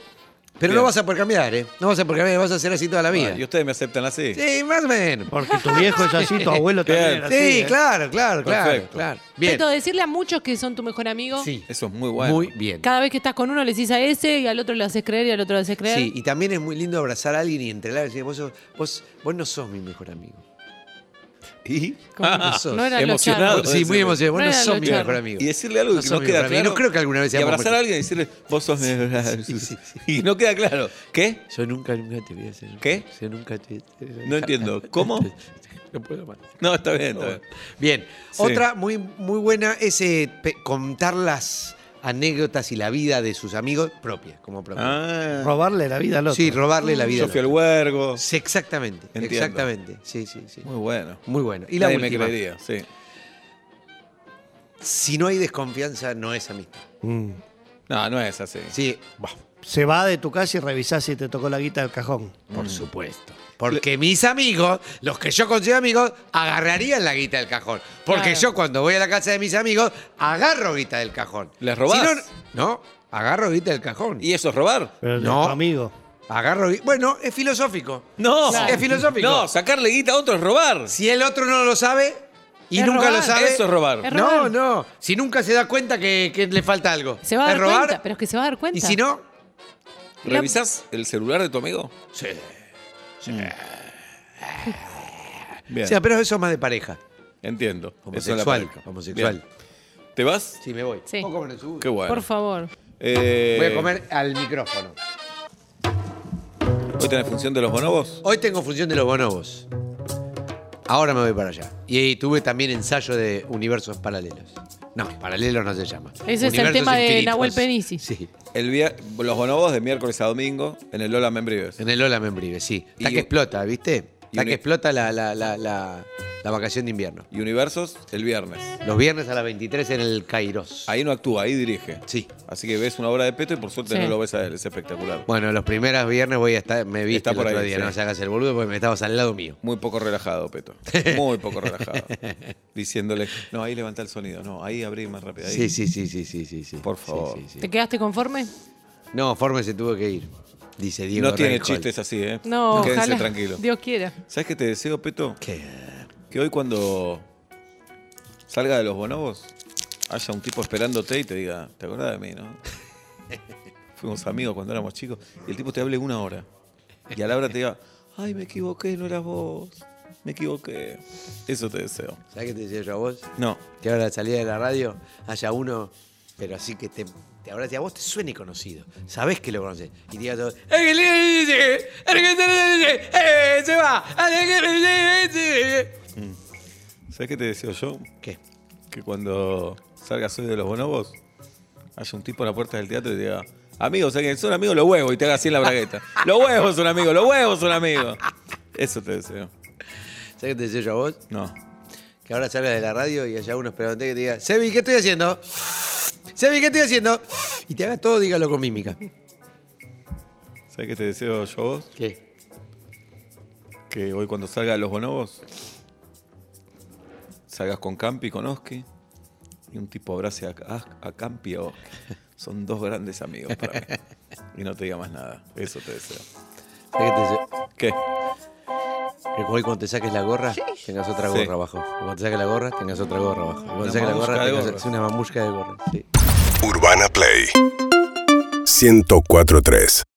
[SPEAKER 4] Pero
[SPEAKER 2] Bien.
[SPEAKER 4] no vas a poder cambiar, ¿eh? No vas a poder cambiar, vas a ser así toda la vida.
[SPEAKER 2] Ah, y ustedes me aceptan así.
[SPEAKER 4] Sí, más o menos.
[SPEAKER 5] Porque tu viejo es así, tu abuelo también
[SPEAKER 2] Bien.
[SPEAKER 5] era
[SPEAKER 4] Sí,
[SPEAKER 5] así. ¿eh?
[SPEAKER 4] claro, claro, claro,
[SPEAKER 2] Perfecto.
[SPEAKER 4] claro. Bien.
[SPEAKER 3] Peto, decirle a muchos que son tu mejor amigo.
[SPEAKER 4] Sí.
[SPEAKER 2] Eso es muy bueno.
[SPEAKER 4] Muy bien.
[SPEAKER 3] Cada vez que estás con uno le decís a ese y al otro le haces creer y al otro le haces creer.
[SPEAKER 4] Sí, y también es muy lindo abrazar a alguien y entrelar y decir, vos, sos- vos, vos no sos mi mejor amigo.
[SPEAKER 2] ¿Y?
[SPEAKER 3] Como-
[SPEAKER 4] Ah, sos.
[SPEAKER 3] no eran los
[SPEAKER 2] emocionado.
[SPEAKER 3] charros.
[SPEAKER 2] Claro,
[SPEAKER 4] sí,
[SPEAKER 2] eso
[SPEAKER 4] muy
[SPEAKER 2] que-
[SPEAKER 4] emocionado. Vos
[SPEAKER 3] No
[SPEAKER 4] no
[SPEAKER 3] era
[SPEAKER 4] sos
[SPEAKER 3] lo
[SPEAKER 4] mi
[SPEAKER 3] charro.
[SPEAKER 4] mejor amigo.
[SPEAKER 2] Y decirle algo
[SPEAKER 4] No
[SPEAKER 2] que
[SPEAKER 4] sos
[SPEAKER 2] no
[SPEAKER 4] mi
[SPEAKER 2] queda
[SPEAKER 4] mejor amigo.
[SPEAKER 2] claro.
[SPEAKER 4] No creo que alguna vez
[SPEAKER 2] Y
[SPEAKER 4] seamos
[SPEAKER 2] abrazar
[SPEAKER 4] mejor-
[SPEAKER 2] a alguien y decirle, vos sos.
[SPEAKER 4] Sí, sí, sí.
[SPEAKER 2] Y no queda claro. ¿Qué?
[SPEAKER 4] Yo nunca, nunca te voy a hacer.
[SPEAKER 2] ¿Qué?
[SPEAKER 4] Yo nunca te.
[SPEAKER 2] No entiendo. ¿Cómo?
[SPEAKER 4] No puedo más.
[SPEAKER 2] No, está bien, está bien.
[SPEAKER 4] Bien.
[SPEAKER 2] Sí.
[SPEAKER 4] Otra muy, muy buena es eh, pe- contar las anécdotas y la vida de sus amigos propias, como propias.
[SPEAKER 2] Ah,
[SPEAKER 5] Robarle la vida al otro.
[SPEAKER 4] sí, robarle la vida.
[SPEAKER 2] yo
[SPEAKER 4] al
[SPEAKER 2] fui al
[SPEAKER 4] otro.
[SPEAKER 2] huergo.
[SPEAKER 4] Sí, exactamente.
[SPEAKER 2] Mm. Entiendo.
[SPEAKER 4] Exactamente. Sí, sí, sí.
[SPEAKER 2] Muy bueno.
[SPEAKER 4] Muy bueno. Y la
[SPEAKER 2] Nadie
[SPEAKER 4] última.
[SPEAKER 2] me creería, sí.
[SPEAKER 4] Si no hay desconfianza, no es amistad.
[SPEAKER 5] Mm.
[SPEAKER 2] No, no es así.
[SPEAKER 4] Sí, bah,
[SPEAKER 5] Se va de tu casa y revisás si te tocó la guita del cajón.
[SPEAKER 4] por supuesto. Mm. Porque mis amigos, los que yo considero amigos, agarrarían la guita del cajón. Porque
[SPEAKER 3] Claro.
[SPEAKER 4] yo cuando voy a la casa de mis amigos, agarro guita del cajón.
[SPEAKER 2] ¿Les robás?
[SPEAKER 4] Si no, no, agarro guita del cajón.
[SPEAKER 2] ¿Y eso es robar?
[SPEAKER 5] Pero el de
[SPEAKER 4] No.
[SPEAKER 5] tu amigo.
[SPEAKER 4] Agarro gui- Bueno, es filosófico.
[SPEAKER 2] No.
[SPEAKER 3] Claro.
[SPEAKER 4] Es filosófico.
[SPEAKER 2] No, sacarle guita a otro es robar.
[SPEAKER 4] Si el otro no lo sabe y
[SPEAKER 3] Es
[SPEAKER 4] nunca lo
[SPEAKER 3] robar.
[SPEAKER 4] sabe.
[SPEAKER 2] Eso es robar.
[SPEAKER 3] Es
[SPEAKER 4] No,
[SPEAKER 3] robar.
[SPEAKER 4] no. Si nunca se da cuenta que, que le falta algo.
[SPEAKER 3] Se va a
[SPEAKER 4] ¿Es
[SPEAKER 3] dar
[SPEAKER 4] robar?
[SPEAKER 3] cuenta, pero es que se va a dar cuenta.
[SPEAKER 4] Y si no,
[SPEAKER 3] La-
[SPEAKER 2] ¿Revisás el celular de tu amigo? Mm.
[SPEAKER 4] sí.
[SPEAKER 2] Bien.
[SPEAKER 4] O sea, pero eso es más de pareja.
[SPEAKER 2] Entiendo. Eso es la
[SPEAKER 4] Homosexual.
[SPEAKER 2] pareja.
[SPEAKER 4] Homosexual.
[SPEAKER 2] Bien. ¿Te vas?
[SPEAKER 4] Sí, me voy.
[SPEAKER 3] Sí.
[SPEAKER 4] Vos comen en su-
[SPEAKER 2] Qué bueno.
[SPEAKER 3] Por favor.
[SPEAKER 2] Eh,
[SPEAKER 4] Voy a comer al micrófono.
[SPEAKER 2] ¿Hoy tenés función de los bonobos?
[SPEAKER 4] Hoy tengo función de los bonobos. Ahora me voy para allá. Y ahí tuve también ensayo de universos paralelos. No, paralelos no se llama.
[SPEAKER 3] Ese es el
[SPEAKER 4] Universos
[SPEAKER 3] tema de
[SPEAKER 4] infinitos.
[SPEAKER 3] Nahuel Penisi.
[SPEAKER 4] Sí,
[SPEAKER 2] El via- los bonobos de miércoles a domingo en el Lola Membrives.
[SPEAKER 4] en el Ola Membrive, sí. Está
[SPEAKER 2] Y-
[SPEAKER 4] que explota, ¿viste?
[SPEAKER 2] y un-
[SPEAKER 4] Está
[SPEAKER 2] e-
[SPEAKER 4] que explota la, la- la- la- la vacación de invierno.
[SPEAKER 2] Y Universos el viernes.
[SPEAKER 4] Los viernes a las 23 en el Kairos.
[SPEAKER 2] Ahí no actúa, ahí dirige.
[SPEAKER 4] Sí.
[SPEAKER 2] Así que ves una obra de Peto y por suerte
[SPEAKER 3] Sí.
[SPEAKER 2] no lo ves a él. Es espectacular.
[SPEAKER 4] Bueno, los primeros viernes voy a estar, me viste
[SPEAKER 2] Está
[SPEAKER 4] el
[SPEAKER 2] por
[SPEAKER 4] otro
[SPEAKER 2] ahí,
[SPEAKER 4] día,
[SPEAKER 2] sí.
[SPEAKER 4] no se hagas el boludo porque me estabas al lado mío.
[SPEAKER 2] Muy poco relajado, Peto. Muy poco relajado. Diciéndole, no, ahí levanta el sonido. No, ahí abrí más rápido. Ahí.
[SPEAKER 4] Sí, sí, sí, sí, sí, sí, sí.
[SPEAKER 2] Por
[SPEAKER 4] Sí,
[SPEAKER 2] favor.
[SPEAKER 4] sí, sí.
[SPEAKER 3] ¿Te quedaste conforme?
[SPEAKER 4] No, Forme se tuvo que ir, dice Diego.
[SPEAKER 2] no tiene
[SPEAKER 4] Reinhold.
[SPEAKER 2] chistes así, ¿eh?
[SPEAKER 3] No,
[SPEAKER 2] Quédense
[SPEAKER 3] ojalá.
[SPEAKER 2] tranquilo.
[SPEAKER 3] Dios quiera.
[SPEAKER 2] ¿Sabes qué te deseo, Peto?
[SPEAKER 4] ¿Qué?
[SPEAKER 2] Que hoy cuando salga de los bonobos, haya un tipo esperándote y te diga, ¿te acordás de mí, no? Fuimos amigos cuando éramos chicos. Y el tipo te hable una hora. Y a la hora te diga, ay, me equivoqué, no eras vos. Me equivoqué. Eso te deseo.
[SPEAKER 4] ¿Sabes qué te decía yo a vos?
[SPEAKER 2] No.
[SPEAKER 4] Que ahora a la salida de la radio haya uno, pero así que esté te ahora te- a vos te suene conocido. Sabés que lo conoces. Y digas todo. "Eh, que le dice, eh, que se le dice, eh, se va, eh, que le dice, eh".
[SPEAKER 2] ¿Sabes qué te deseo yo?
[SPEAKER 4] ¿Qué?
[SPEAKER 2] Que cuando salgas hoy de los bonobos, haya un tipo en la puerta del teatro y te diga, amigos, ¿saben quiénes son amigos? Los huevos, y te haga así en la bragueta. Los huevos son amigos, los huevos son amigos. Eso te deseo.
[SPEAKER 4] ¿Sabés qué te decía yo a vos?
[SPEAKER 2] No.
[SPEAKER 4] Que ahora salgas de la radio y haya uno esperando que te diga, Sebi, ¿qué estoy haciendo? Sebi, ¿qué estoy haciendo? Y te haga todo, dígalo con mímica.
[SPEAKER 2] ¿Sabes qué te deseo yo a vos?
[SPEAKER 4] ¿Qué?
[SPEAKER 2] Que hoy cuando salga los bonobos, salgas con Campi, con Oski, y un tipo abrace a, a- a Campi y a Oski. Son dos grandes amigos para mí. Y no te diga más nada. Eso te deseo.
[SPEAKER 4] ¿Sabés qué te decía?
[SPEAKER 2] ¿Qué?
[SPEAKER 4] Que hoy cuando te saques la gorra, tengas otra
[SPEAKER 2] Sí.
[SPEAKER 4] gorra abajo. Y Cuando te saques la gorra, tengas otra gorra abajo. Y cuando
[SPEAKER 2] Una
[SPEAKER 4] te saques la gorra,
[SPEAKER 2] mamusca de
[SPEAKER 4] tengas
[SPEAKER 2] gorras.
[SPEAKER 4] sí, una mamusca de gorra. Sí.
[SPEAKER 1] Urbana Play 1043